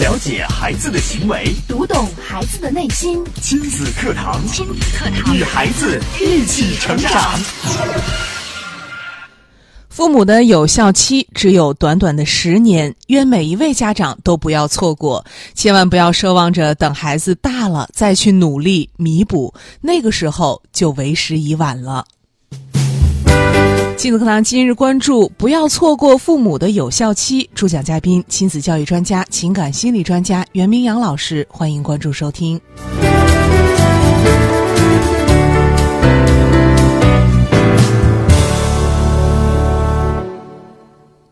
了解孩子的行为，读懂孩子的内心，亲子课堂，亲子课堂与孩子一起成长。父母的有效期只有短短的十年，愿每一位家长都不要错过，千万不要奢望着等孩子大了再去努力弥补，那个时候就为时已晚了。亲子课堂今日关注：不要错过父母的有效期。主讲嘉宾：亲子教育专家、情感心理专家袁明阳老师。欢迎关注收听。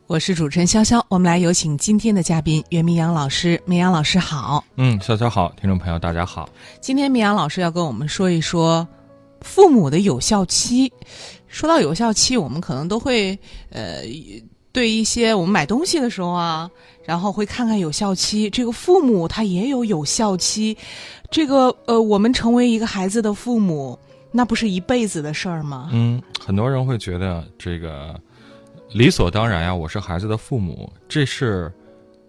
我是主持人潇潇，我们来有请今天的嘉宾袁明阳老师。明阳老师好，嗯，潇潇好，听众朋友大家好。今天明阳老师要跟我们说一说父母的有效期。说到有效期，我们可能都会呃，对一些我们买东西的时候啊，然后会看看有效期。这个父母他也有有效期，这个呃，我们成为一个孩子的父母，那不是一辈子的事儿吗？嗯，很多人会觉得这个理所当然呀、啊我是孩子的父母，这是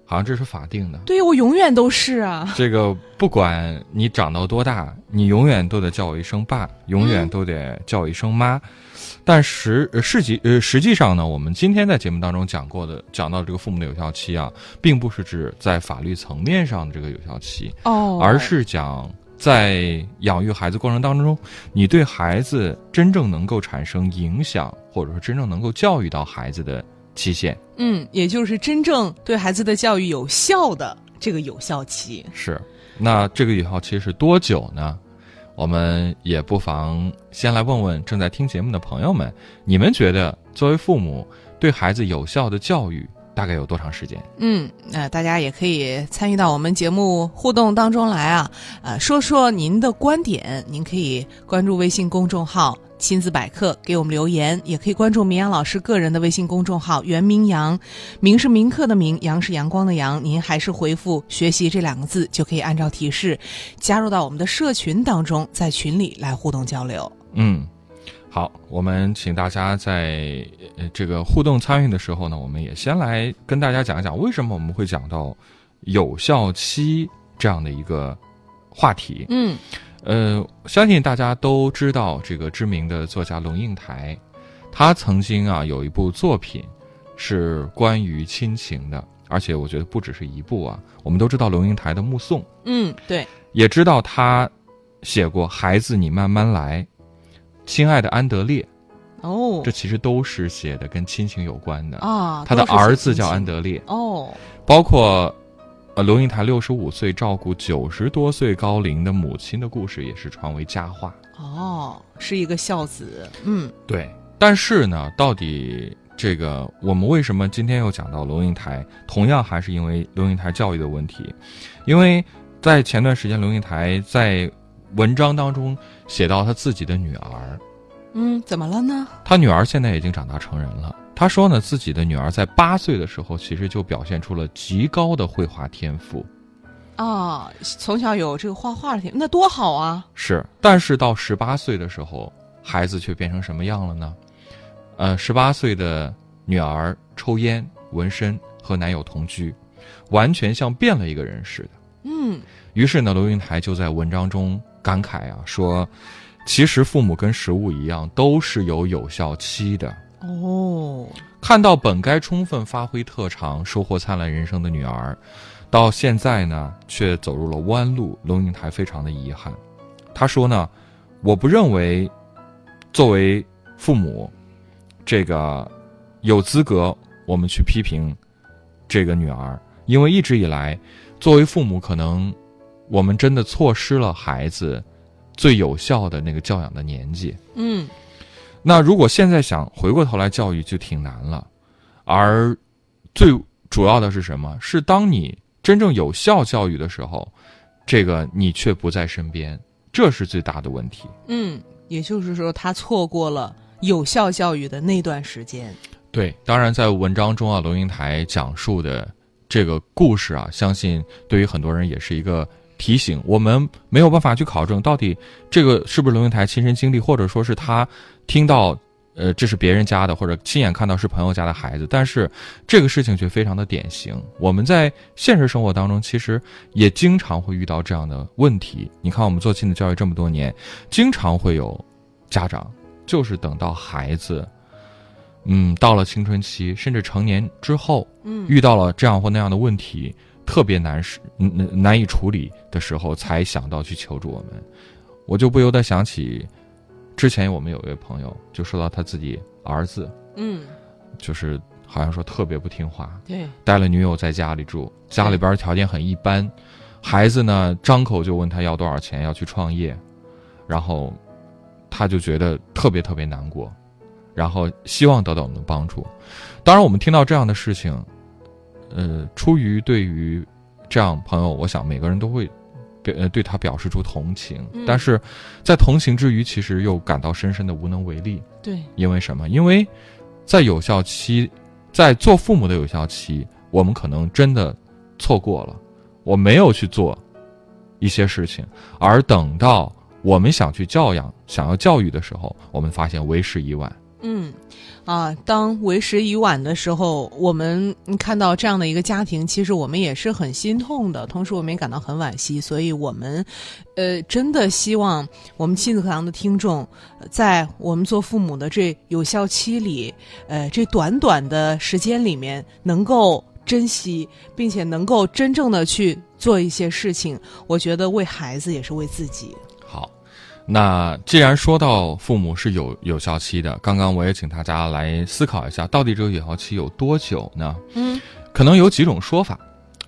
好像这是法定的。对于我永远都是啊，这个不管你长到多大，你永远都得叫我一声爸，永远都得叫我一声妈。但实呃实际呃实际上呢，我们今天在节目当中讲过的，讲到这个父母的有效期啊，并不是指在法律层面上的这个有效期，哦，而是讲在养育孩子过程当中，你对孩子真正能够产生影响，或者说真正能够教育到孩子的期限嗯，也就是真正对孩子的教育有效的这个有效期。是。那这个有效期是多久呢？我们也不妨先来问问正在听节目的朋友们，你们觉得作为父母对孩子有效的教育大概有多长时间？嗯，呃，大家也可以参与到我们节目互动当中来啊，呃，说说您的观点，您可以关注微信公众号“亲子百科”给我们留言，也可以关注明阳老师个人的微信公众号“袁明阳”，明是明课的明，阳是阳光的阳，您还是回复“学习”这两个字就可以按照提示加入到我们的社群当中，在群里来互动交流。嗯，好，我们请大家在呃这个互动参与的时候呢，我们也先来跟大家讲一讲为什么我们会讲到有效期这样的一个话题。嗯呃，相信大家都知道这个知名的作家龙应台，他曾经啊有一部作品是关于亲情的，而且我觉得不只是一部啊。我们都知道龙应台的《目送》，嗯，对，也知道他写过《孩子，你慢慢来》，《亲爱的安德烈》，哦这其实都是写的跟亲情有关的。啊，他的都是儿子叫亲安戚德烈，哦，包括，呃，龙应台六十五岁照顾九十多岁高龄的母亲的故事，也是传为佳话。哦，是一个孝子，嗯对，但是呢，到底这个我们为什么今天又讲到龙应台？同样还是因为龙应台教育的问题，因为在前段时间，龙应台在文章当中写到他自己的女儿，嗯，怎么了呢？他女儿现在已经长大成人了。他说呢，自己的女儿在八岁的时候，其实就表现出了极高的绘画天赋。啊，从小有这个画画的天，那多好啊！是，但是到十八岁的时候，孩子却变成什么样了呢？呃，十八岁的女儿抽烟、纹身和男友同居，完全像变了一个人似的。嗯于是呢，罗云台就在文章中感慨啊，说，其实父母跟食物一样，都是有有效期的。哦，看到本该充分发挥特长、收获灿烂人生的女儿，到现在呢，却走入了弯路。龙应台非常的遗憾。他说呢，我不认为作为父母，这个有资格我们去批评这个女儿，因为一直以来，作为父母，可能我们真的错失了孩子最有效的那个教养的年纪。嗯那如果现在想回过头来教育，就挺难了。而最主要的是什么？是当你真正有效教育的时候，这个你却不在身边，这是最大的问题。嗯，也就是说，他错过了有效教育的那段时间。对，当然在文章中啊，龙应台讲述的这个故事啊，相信对于很多人也是一个提醒。我们没有办法去考证到底这个是不是龙应台亲身经历，或者说是他听到呃，这是别人家的，或者亲眼看到是朋友家的孩子，但是这个事情却非常的典型。我们在现实生活当中，其实也经常会遇到这样的问题。你看，我们做亲子教育这么多年，经常会有家长就是等到孩子，嗯，到了青春期，甚至成年之后，嗯遇到了这样或那样的问题，特别难是难难以处理的时候，才想到去求助我们。我就不由得想起，之前我们有一位朋友就说到他自己儿子，嗯，就是好像说特别不听话，对，带了女友在家里住，家里边条件很一般，孩子呢张口就问他要多少钱，要去创业，然后他就觉得特别特别难过，然后希望得到我们的帮助。当然，我们听到这样的事情，呃，出于对于这样朋友，我想每个人都会。表呃，对他表示出同情，嗯但是在同情之余，其实又感到深深的无能为力。对，因为什么？因为在有效期，在做父母的有效期，我们可能真的错过了，我没有去做一些事情，而等到我们想去教养、想要教育的时候，我们发现为时已晚。嗯，啊，当为时已晚的时候，我们看到这样的一个家庭，其实我们也是很心痛的，同时我们也感到很惋惜。所以，我们，呃，真的希望我们亲子课堂的听众，呃在我们做父母的这有效期里，呃，这短短的时间里面，能够珍惜，并且能够真正的去做一些事情。我觉得为孩子也是为自己。好，那既然说到父母是有有效期的，刚刚我也请大家来思考一下，到底这个有效期有多久呢？嗯，可能有几种说法，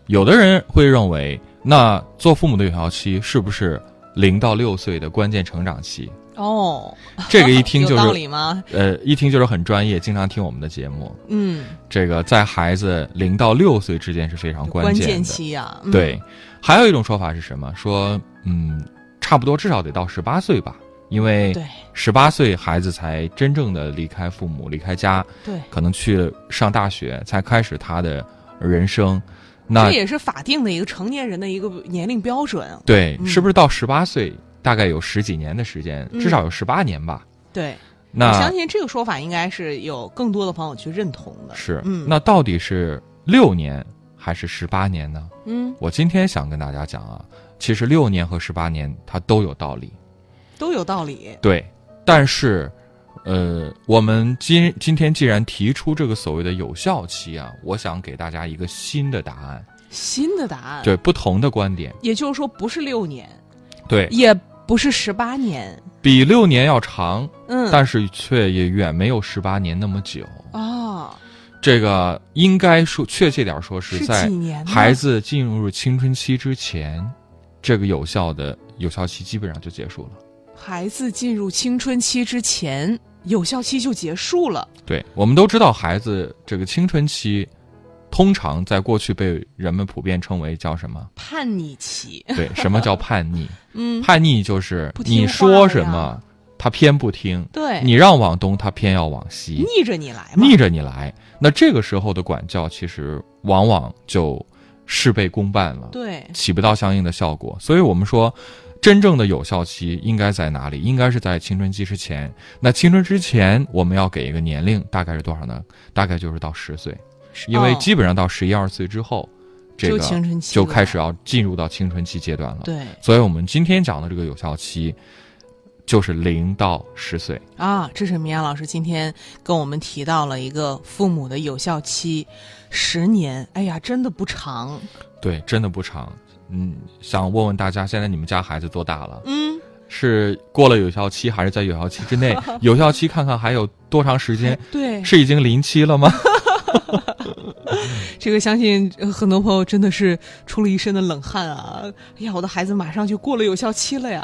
有的人会认为，那做父母的有效期是不是零到六岁的关键成长 期？哦，这个一听就有道是，理吗？呃，一听就是很专业，经常听我们的节目。嗯。这个在孩子零到六岁之间是非常关关键的。期呀、嗯对，还有一种说法是什么？说，嗯，差不多至少得到十八岁吧，因为对十八岁孩子才真正的离开父母，离开家，对，可能去上大学，才开始他的人生。那这也是法定的一个成年人的一个年龄标准。对，嗯是不是到十八岁，大概有十几年的时间，嗯至少有十八年吧？对，我那相信这个说法应该是有更多的朋友去认同的。是，嗯，那到底是六年还是十八年呢？嗯我今天想跟大家讲啊，其实六年和十八年它都有道理，都有道理。对，但是。呃，我们今今天既然提出这个所谓的有效期啊，我想给大家一个新的答案，新的答案，对不同的观点，也就是说不是六年，对也不是十八年。比六年要长，嗯，但是却也远没有十八年那么久。哦，这个应该说确切点说是是在几年呢？孩子进入青春期之前，这个有效的有效期基本上就结束了。孩子进入青春期之前，有效期就结束了。？对我们都知道，孩子这个青春期，通常在过去被人们普遍称为叫什么 叛逆期，对，什么叫叛逆？嗯，叛逆就是不听话你说什了么，他偏不听；对，你让往东，他偏要往西，逆着你来嘛，逆着你来。那这个时候的管教，其实往往就事倍功半了。对，起不到相应的效果。所以我们说，真正的有效期应该在哪里？应该是在青春期之前。那青春之前，我们要给一个年龄，大概是多少呢？大概就是到十岁，因为哦基本上到十一二岁之后，这就个青春期就了开始要进入到青春期阶段了。对所以我们今天讲的这个有效期，就是零到十岁。啊，这是明阳老师今天跟我们提到了一个父母的有效期，十年，哎呀，真的不长。对，真的不长。嗯，想问问大家，现在你们家孩子多大了？嗯，是过了有效期，还是在有效期之 内？有效期看看还有多长时间？对，是已经临期了吗？ 这个相信呃很多朋友真的是出了一身的冷汗啊！哎呀，我的孩子马上就过了有效期了呀。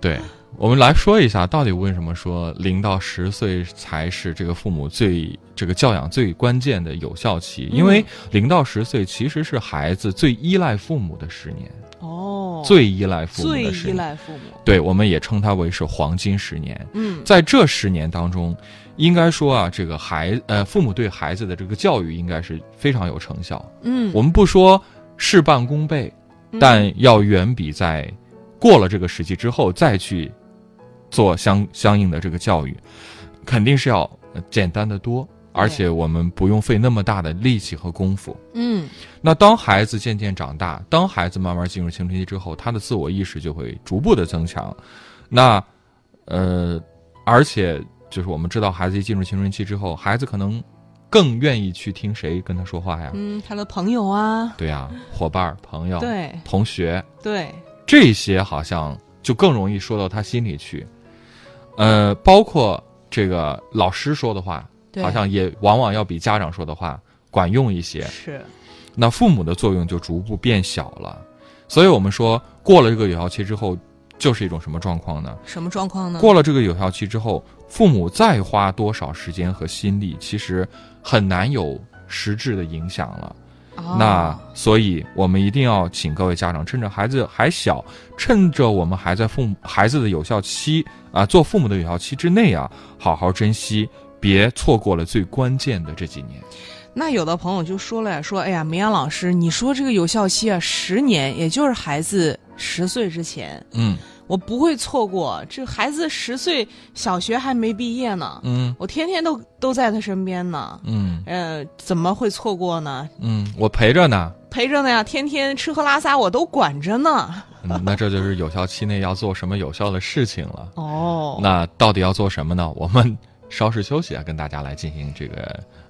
对，我们来说一下，到底为什么说零到十岁才是这个父母最这个教养最关键的有效期？嗯因为零到十岁其实是孩子最依赖父母的十年，哦，最依赖父母最的十依年。赖父母。对，我们也称它为是黄金十年。嗯，在这十年当中，应该说啊，这个孩呃父母对孩子的这个教育应该是非常有成效。嗯，我们不说事半功倍，嗯但要远比在过了这个时期之后再去做相相应的这个教育。肯定是要呃简单的多，而且我们不用费那么大的力气和功夫。嗯，那当孩子渐渐长大，当孩子慢慢进入青春期之后，他的自我意识就会逐步的增强。那，呃，而且就是我们知道，孩子一进入青春期之后，孩子可能更愿意去听谁跟他说话呀？嗯，他的朋友啊，对呀、伙伴儿、朋友、对同学，对，这些好像就更容易说到他心里去。呃，包括这个老师说的话，对好像也往往要比家长说的话管用一些。是，那父母的作用就逐步变小了。所以我们说，过了这个有效期之后，就是一种什么状况呢？什么状况呢？过了这个有效期之后，父母再花多少时间和心力，其实很难有实质的影响了。哦那所以，我们一定要请各位家长，趁着孩子还小，趁着我们还在父母孩子的有效期啊，做父母的有效期之内啊，好好珍惜，别错过了最关键的这几年。那有的朋友就说了呀，说哎呀，明阳老师，你说这个有效期啊，十年，也就是孩子十岁之前，嗯我不会错过。这孩子十岁，小学还没毕业呢，嗯我天天都都在他身边呢，嗯呃，怎么会错过呢？嗯，我陪着呢。陪着呢呀，天天吃喝拉撒我都管着呢。嗯， 那这就是有效期内要做什么有效的事情了。哦，那到底要做什么呢？我们稍事休息啊，跟大家来进行这个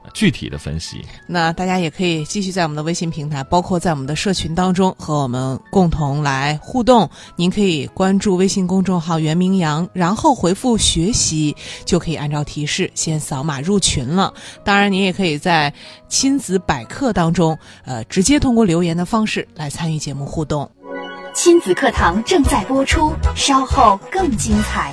呃具体的分析。那大家也可以继续在我们的微信平台，包括在我们的社群当中和我们共同来互动。您可以关注微信公众号“袁明阳”，然后回复“学习”，就可以按照提示先扫码入群了。当然，您也可以在亲子百科当中，呃，直接通过留言的方式来参与节目互动。亲子课堂正在播出，稍后更精彩。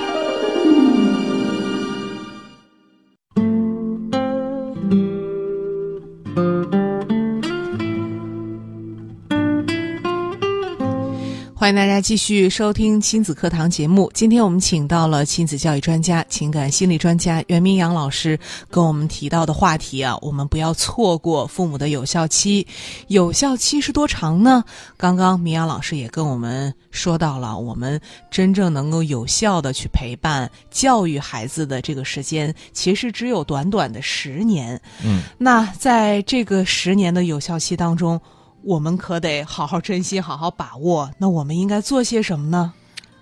欢迎大家继续收听亲子课堂节目。今天我们请到了亲子教育专家、情感心理专家袁明阳老师，跟我们提到的话题啊，我们不要错过父母的有效期。有效期是多长呢？刚刚明阳老师也跟我们说到了，我们真正能够有效的去陪伴、教育孩子的这个时间，其实只有短短的十年。嗯，那在这个十年的有效期当中，我们可得好好珍惜，好好把握。那我们应该做些什么呢？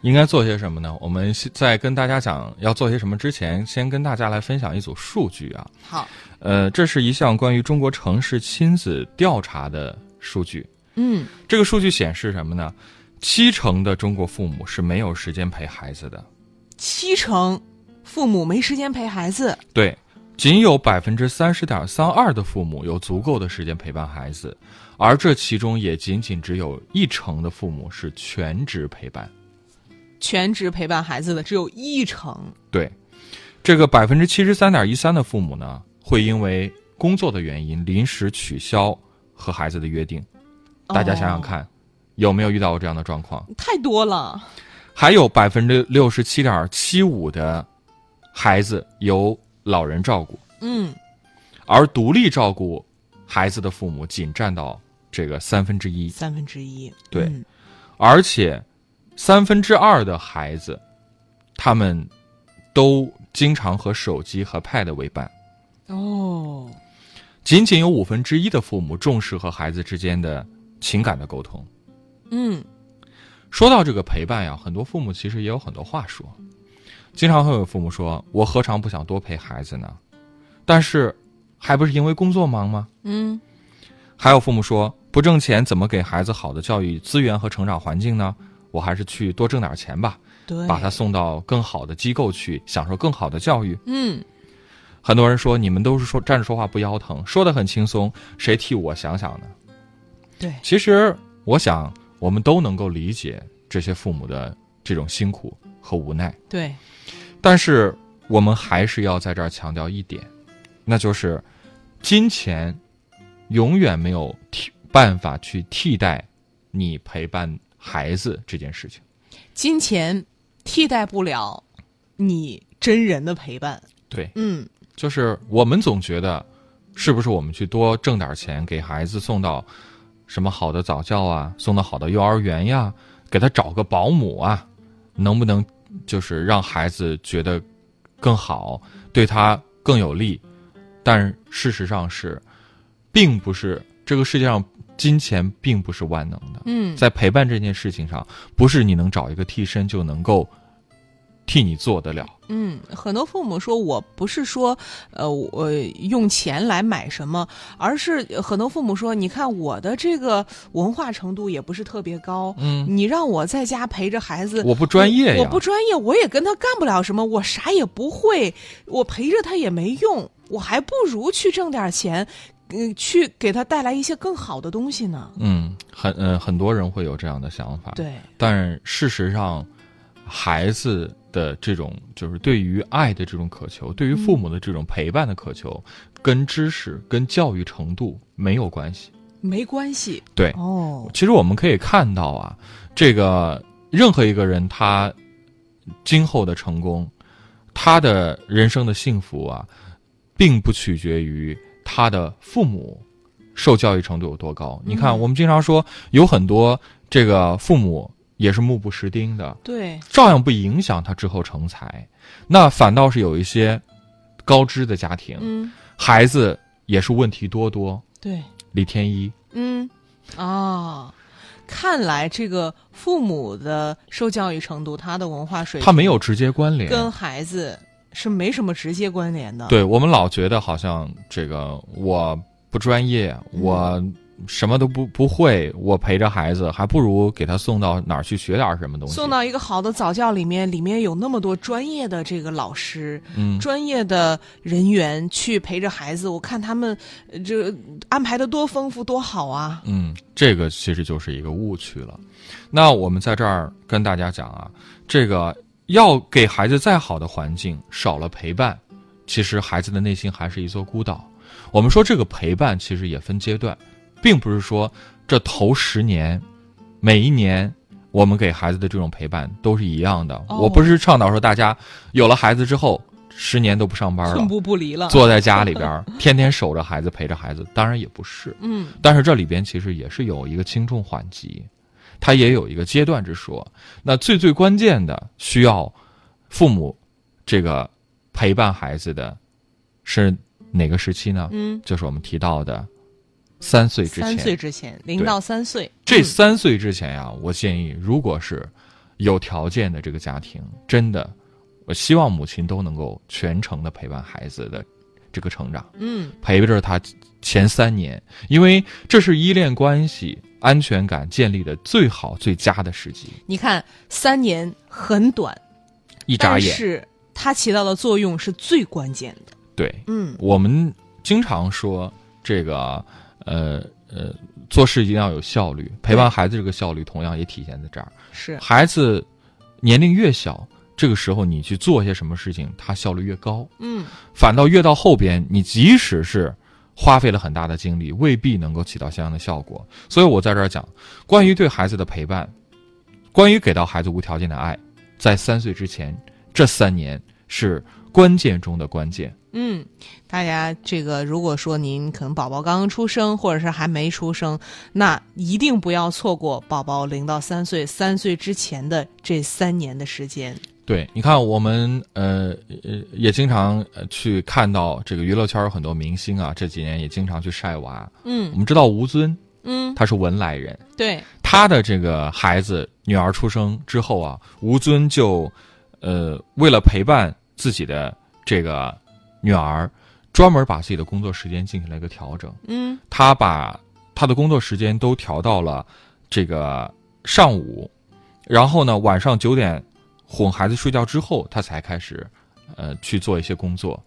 应该做些什么呢？我们先在跟大家讲要做些什么之前，先跟大家来分享一组数据啊。好，呃，这是一项关于中国城市亲子调查的数据。嗯，这个数据显示什么呢？七成的中国父母是没有时间陪孩子的。七成父母没时间陪孩子，对，仅有百分之三十点三二的父母有足够的时间陪伴孩子，而这其中也仅仅只有一成的父母是全职陪伴。全职陪伴孩子的只有一成。对，这个百分之七十三点一三的父母呢，会因为工作的原因临时取消和孩子的约定。大家想想看，有没有遇到过这样的状况？哦，太多了。还有百分之六十七点七五的孩子由老人照顾。嗯，而独立照顾孩子的父母仅占到这个三分之一，三分之一。对嗯而且三分之二的孩子，他们都经常和手机和 Pad 为伴。哦，仅仅有五分之一的父母重视和孩子之间的情感的沟通。嗯，说到这个陪伴呀，啊很多父母其实也有很多话说，经常会有父母说：“我何尝不想多陪孩子呢？”但是，还不是因为工作忙吗？嗯，还有父母说，不挣钱怎么给孩子好的教育资源和成长环境呢？我还是去多挣点钱吧，对，把他送到更好的机构去，享受更好的教育。嗯，很多人说，你们都是说站着说话不腰疼，说的很轻松，谁替我想想呢？对，其实，我想我们都能够理解这些父母的这种辛苦和无奈，对，但是我们还是要在这儿强调一点，那就是金钱永远没有替办法去替代你陪伴孩子这件事情。金钱替代不了你真人的陪伴。对，嗯，就是我们总觉得，是不是我们去多挣点钱，给孩子送到什么好的早教啊，送到好的幼儿园呀，给他找个保姆啊，能不能就是让孩子觉得更好，对他更有利？但事实上是，并不是这个世界上金钱并不是万能的。嗯在陪伴这件事情上，不是你能找一个替身就能够替你做得了。嗯，很多父母说我不是说，呃，我用钱来买什么，而是呃很多父母说，你看我的这个文化程度也不是特别高，嗯你让我在家陪着孩子，我不专业呀，我不专业，我也跟他干不了什么，我啥也不会，我陪着他也没用，我还不如去挣点钱，嗯、去给他带来一些更好的东西呢。嗯，很呃，很多人会有这样的想法。，对，但事实上，孩子的这种就是对于爱的这种渴求，对于父母的这种陪伴的渴求，跟知识、跟教育程度没有关系。没关系。对哦，其实我们可以看到啊，这个任何一个人他今后的成功，他的人生的幸福啊，并不取决于他的父母受教育程度有多高。嗯你看，我们经常说有很多这个父母也是目不识丁的，对，照样不影响他之后成才。那反倒是有一些高知的家庭，嗯，孩子也是问题多多。对，李天一，嗯，啊。看来这个父母的受教育程度，他的文化水平，他没有直接关联，跟孩子是没什么直接关联的。，对我们老觉得好像这个我不专业，嗯我什么都不不会，我陪着孩子，还不如给他送到哪儿去学点儿什么东西。送到一个好的早教里面，里面有那么多专业的这个老师，嗯，专业的人员去陪着孩子，我看他们呃这安排的多丰富多好啊！嗯，这个其实就是一个误区了。那我们在这儿跟大家讲啊，这个要给孩子再好的环境，少了陪伴，其实孩子的内心还是一座孤岛。我们说这个陪伴其实也分阶段，并不是说这头十年，每一年。我们给孩子的这种陪伴都是一样的。哦我不是倡导说大家有了孩子之后十年都不上班了， 寸步不离了。坐在家里边儿天天守着孩子陪着孩子，当然也不是。嗯但是这里边其实也是有一个轻重缓急，它也有一个阶段之说。那最最关键的，需要父母这个陪伴孩子的是哪个时期呢？嗯，就是我们提到的三岁之前。三岁之前，零到三岁，这嗯三岁之前呀、我建议，如果是有条件的这个家庭，真的，我希望母亲都能够全程的陪伴孩子的这个成长。嗯陪着他前三年，因为这是依恋关系安全感建立的最好最佳的时机。你看三年很短，一眨但眼，是它起到的作用是最关键的。对嗯我们经常说这个，呃呃，做事一定要有效率，陪伴孩子这个效率同样也体现在这儿。是，孩子年龄越小，这个时候你去做一些什么事情，他效率越高。嗯反倒越到后边，你即使是花费了很大的精力，未必能够起到相应的效果。所以我在这儿讲，关于对孩子的陪伴，关于给到孩子无条件的爱，在三岁之前这三年是关键中的关键。嗯，大家这个如果说您可能宝宝刚刚出生，或者是还没出生，那一定不要错过宝宝零到三岁、三岁之前的这三年的时间。对，你看，我们呃呃也经常呃去看到这个娱乐圈有很多明星啊，这几年也经常去晒娃。我嗯们知道吴尊嗯，他是文莱人，对，他的这个孩子女儿出生之后啊，吴尊就，呃，为了陪伴自己的这个女儿，专门把自己的工作时间进行了一个调整。嗯他把他的工作时间都调到了这个上午，然后呢，晚上九点哄孩子睡觉之后，他才开始呃去做一些工作。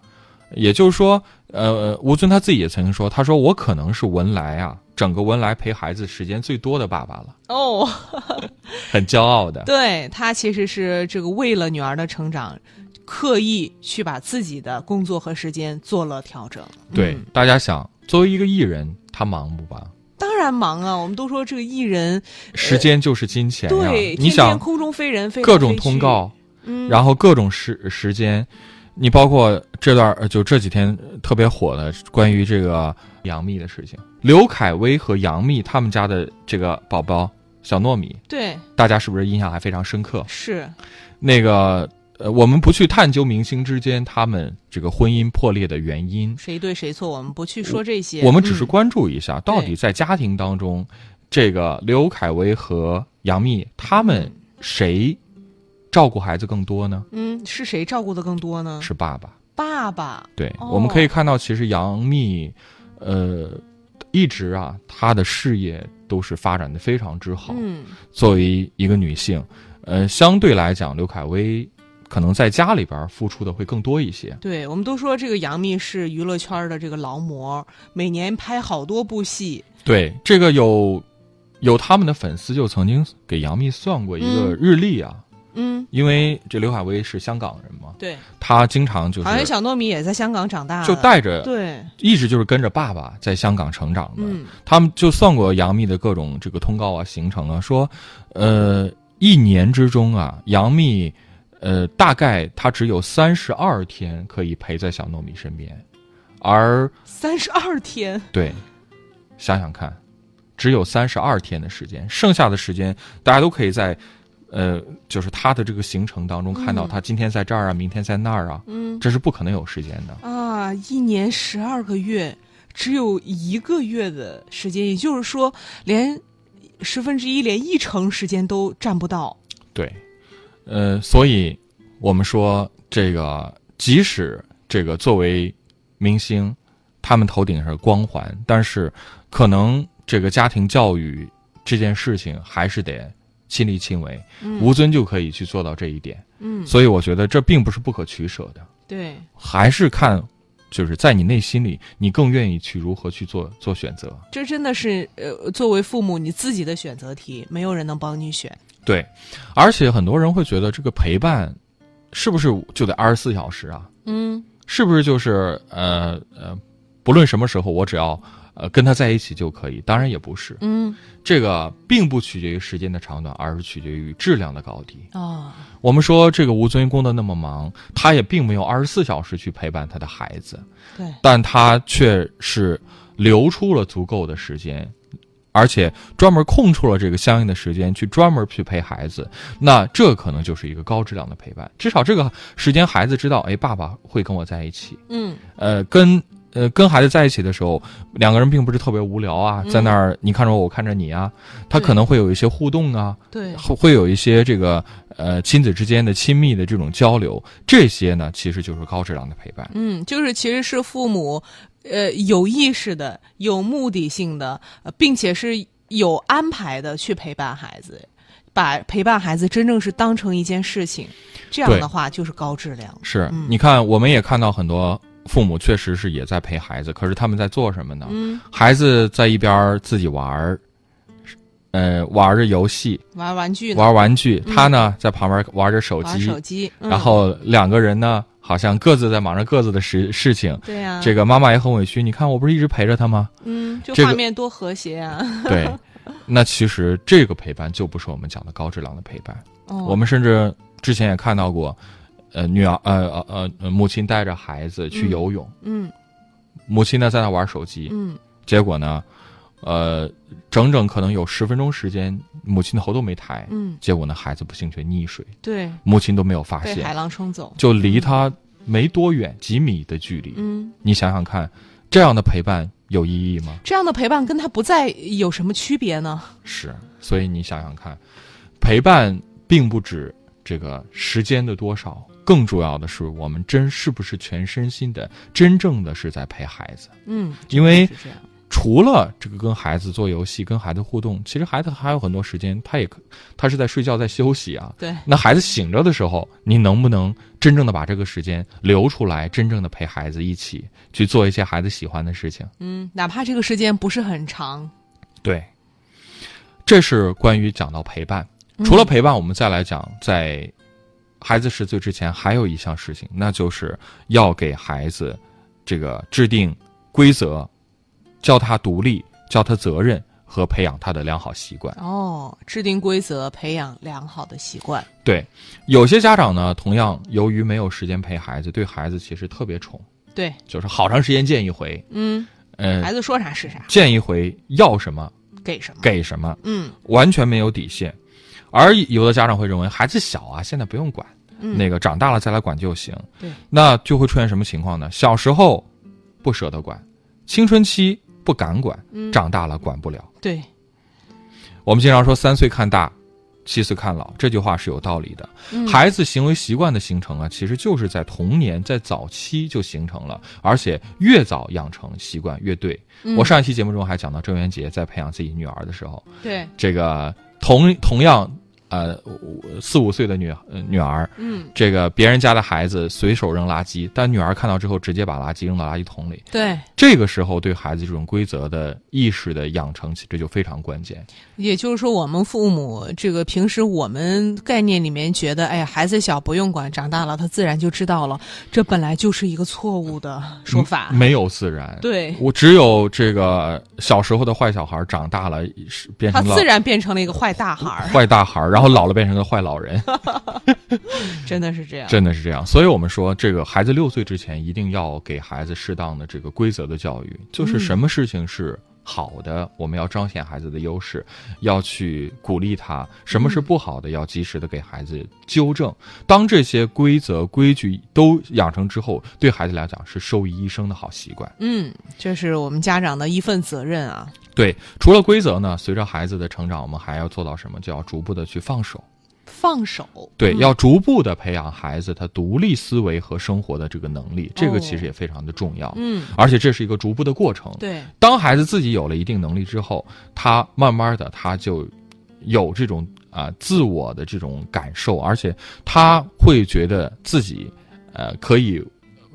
也就是说，呃，吴尊他自己也曾经说，他说我可能是文莱啊，整个文莱陪孩子时间最多的爸爸了，哦， 很骄傲的。对他其实是这个为了女儿的成长，刻意去把自己的工作和时间做了调整。对嗯，大家想，作为一个艺人，他忙不忙？当然忙啊，我们都说这个艺人，时间就是金钱呀、对，你天天想空中飞人，飞来各种飞去通，告，嗯，然后各种时时间，你包括这段呃就这几天特别火的关于这个杨幂的事情，刘恺威和杨幂他们家的这个宝宝小糯米，对大家是不是印象还非常深刻？是，那个呃，我们不去探究明星之间他们这个婚姻破裂的原因，谁对谁错，我们不去说这些，我们只是嗯关注一下，到底在家庭当中，这个刘恺威和杨幂他们谁照顾孩子更多呢？嗯，是谁照顾的更多呢？是爸爸。爸爸，对，哦我们可以看到，其实杨幂，呃，一直啊，她的事业都是发展的非常之好。嗯，作为一个女性，呃，相对来讲，刘恺威可能在家里边儿付出的会更多一些。对，我们都说这个杨幂是娱乐圈的这个劳模，每年拍好多部戏，对，这个有有他们的粉丝就曾经给杨幂算过一个嗯日历啊，嗯，因为这刘恺威是香港人嘛，对，他经常就好像是小糯米也在香港长大的，就带着，对，一直就是跟着爸爸在香港成长的。嗯，他们就算过杨幂的各种这个通告啊、行程啊，说，呃，一年之中啊，杨幂，呃，大概她只有三十二天可以陪在小糯米身边，而三十二天，对，想想看，只有三十二天的时间，剩下的时间大家都可以在，呃，就是她的这个行程当中看到嗯她今天在这儿啊，明天在那儿啊，嗯这是不可能有时间的。啊，一年十二个月，只有一个月的时间，也就是说，连十分之一，连一成时间都占不到。对，呃，所以我们说，这个即使这个作为明星，他们头顶上是光环，但是可能这个家庭教育这件事情还是得亲力亲为。吴尊就可以去做到这一点，嗯，所以我觉得这并不是不可取舍的，对，还是看。就是在你内心里，你更愿意去如何去做做选择。这真的是呃，作为父母你自己的选择题，没有人能帮你选。对，而且很多人会觉得这个陪伴，是不是就得二十四小时啊？嗯，是不是就是呃呃，不论什么时候，我只要呃跟他在一起就可以？当然也不是，嗯这个并不取决于时间的长短，而是取决于质量的高低。啊，我们说这个吴尊工作那么忙，他也并没有二十四小时去陪伴他的孩子，对，但他却是留出了足够的时间。而且专门空出了这个相应的时间去专门去陪孩子，那这可能就是一个高质量的陪伴。至少这个时间，孩子知道，哎，爸爸会跟我在一起，嗯呃，跟呃跟孩子在一起的时候，两个人并不是特别无聊啊，嗯在那儿你看着我，我看着你啊，他对可能会有一些互动啊，对，会会有一些这个呃亲子之间的亲密的这种交流，这些呢其实就是高质量的陪伴。嗯，就是其实是父母，呃，有意识的、有目的性的，呃并且是有安排的去陪伴孩子，把陪伴孩子真正是当成一件事情，这样对的话就是高质量。是，嗯你看我们也看到很多父母确实是也在陪孩子，可是他们在做什么呢？嗯，孩子在一边儿自己玩儿，呃，玩着游戏，玩玩具呢，玩玩具，嗯他呢在旁边玩着手玩机，手机，嗯然后两个人呢，好像各自在忙着各自的事事情。对呀、这个妈妈也很委屈，你看我不是一直陪着她吗？嗯，就这个画面多和谐啊！ 对，那其实这个陪伴就不是我们讲的高质量的陪伴。哦我们甚至之前也看到过，呃，女儿呃呃呃母亲带着孩子去嗯游泳，嗯母亲呢在那玩手机，嗯，结果呢，呃，整整可能有十分钟时间，母亲的头都没抬，嗯结果呢孩子不幸却溺水，对，母亲都没有发被海现，浪冲走。就离他没多远几米的距离，嗯，你想想看，这样的陪伴有意义吗？这样的陪伴跟他不在有什么区别呢？是，所以你想想看，陪伴并不止这个时间的多少，更重要的是我们真是不是全身心的、真正的是在陪孩子。嗯，因为是这样。除了这个跟孩子做游戏、跟孩子互动，其实孩子还有很多时间，他也可他是在睡觉、在休息啊。对，那孩子醒着的时候，你能不能真正的把这个时间留出来，真正的陪孩子一起去做一些孩子喜欢的事情？嗯，哪怕这个时间不是很长，对，这是关于讲到陪伴。除了陪伴，我们再来讲，在孩子十岁之前，还有一项事情，那就是要给孩子这个制定规则，教他独立，教他责任，和培养他的良好习惯。哦，制定规则，培养良好的习惯。对，有些家长呢，同样由于没有时间陪孩子，对孩子其实特别宠，对，就是好长时间见一回，嗯，嗯、孩子说啥是啥，见一回要什么给什么？给什么，嗯完全没有底线。而有的家长会认为孩子小啊，现在不用管，嗯，那个长大了再来管就行。对，那就会出现什么情况呢？小时候不舍得管，青春期不敢管，嗯长大了管不了。对，我们经常说“三岁看大，七岁看老”，这句话是有道理的。嗯孩子行为习惯的形成啊，其实就是在童年在早期就形成了，而且越早养成习惯越对。嗯我上一期节目中还讲到郑渊洁在培养自己女儿的时候，对，这个同同样呃五四五岁的女呃女儿，嗯这个别人家的孩子随手扔垃圾，但女儿看到之后直接把垃圾扔到垃圾桶里。对，这个时候对孩子这种规则的意识的养成，其实就非常关键。也就是说，我们父母这个平时我们概念里面觉得，哎呀，孩子小不用管，长大了他自然就知道了，这本来就是一个错误的说法。嗯没有自然，啊对，我只有这个小时候的坏小孩，长大了是变他成了自然变成了一个坏大孩儿，坏大孩儿，然后老了变成个坏老人，真的是这样。真的是这样。所以我们说，这个孩子六岁之前一定要给孩子适当的这个规则的教育，就是什么事情是。好的，我们要彰显孩子的优势，要去鼓励他；什么是不好的，要及时的给孩子纠正。当这些规则、规矩都养成之后，对孩子来讲是受益一生的好习惯。嗯，这是我们家长的一份责任啊。对，除了规则呢，随着孩子的成长，我们还要做到什么？就要逐步的去放手。放手，对，嗯要逐步的培养孩子他独立思维和生活的这个能力，这个其实也非常的重要。哦嗯，而且这是一个逐步的过程。，对，当孩子自己有了一定能力之后，他慢慢的他就有这种啊、自我的这种感受，而且他会觉得自己呃可以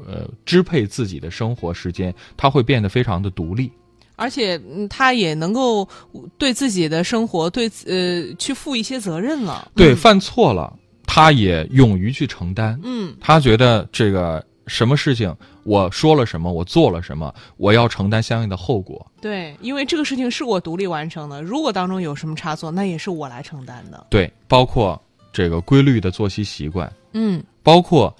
呃支配自己的生活时间，他会变得非常的独立。而且嗯他也能够对自己的生活对自呃去负一些责任了。对，犯错了，他也勇于去承担。嗯，他觉得这个什么事情，我说了什么，我做了什么，我要承担相应的后果。对，因为这个事情是我独立完成的，如果当中有什么差错，那也是我来承担的。对，包括这个规律的作息习惯，嗯，包括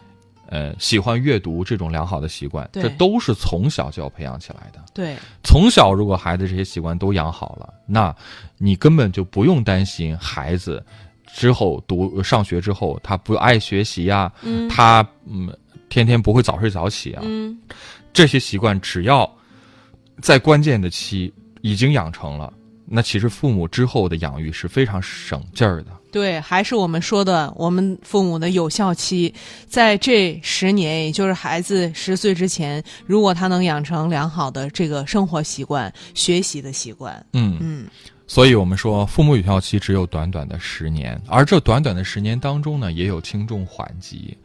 呃喜欢阅读这种良好的习惯，对这都是从小就要培养起来的。对，从小如果孩子这些习惯都养好了，那你根本就不用担心孩子之后读上学之后他不爱学习呀、嗯他嗯天天不会早睡早起啊，嗯，这些习惯只要在关键的期已经养成了，那其实父母之后的养育是非常省劲儿的。对，还是我们说的，我们父母的有效期，在这十年，也就是孩子十岁之前，如果他能养成良好的这个生活习惯、学习的习惯，嗯，嗯，所以我们说，父母有效期只有短短的十年，而这短短的十年当中呢，也有轻重缓急。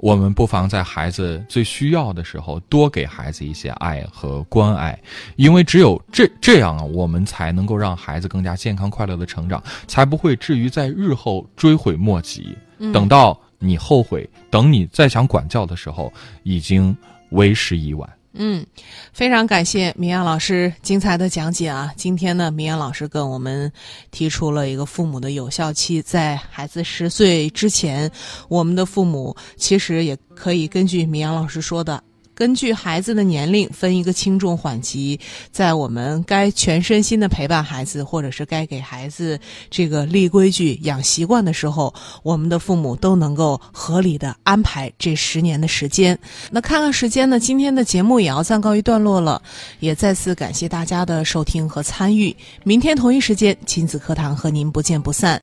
我们不妨在孩子最需要的时候，多给孩子一些爱和关爱，因为只有这这样啊，我们才能够让孩子更加健康快乐的成长，才不会至于在日后追悔莫及。等到你后悔，等你再想管教的时候，已经为时已晚。嗯，非常感谢明阳老师精彩的讲解啊！今天呢，明阳老师跟我们提出了一个父母的有效期，在孩子十岁之前，我们的父母其实也可以根据明阳老师说的。根据孩子的年龄分一个轻重缓急，在我们该全身心的陪伴孩子，或者是该给孩子这个立规矩、养习惯的时候，我们的父母都能够合理的安排这十年的时间。那看看时间呢，今天的节目也要暂告一段落了，也再次感谢大家的收听和参与。明天同一时间，亲子课堂和您不见不散。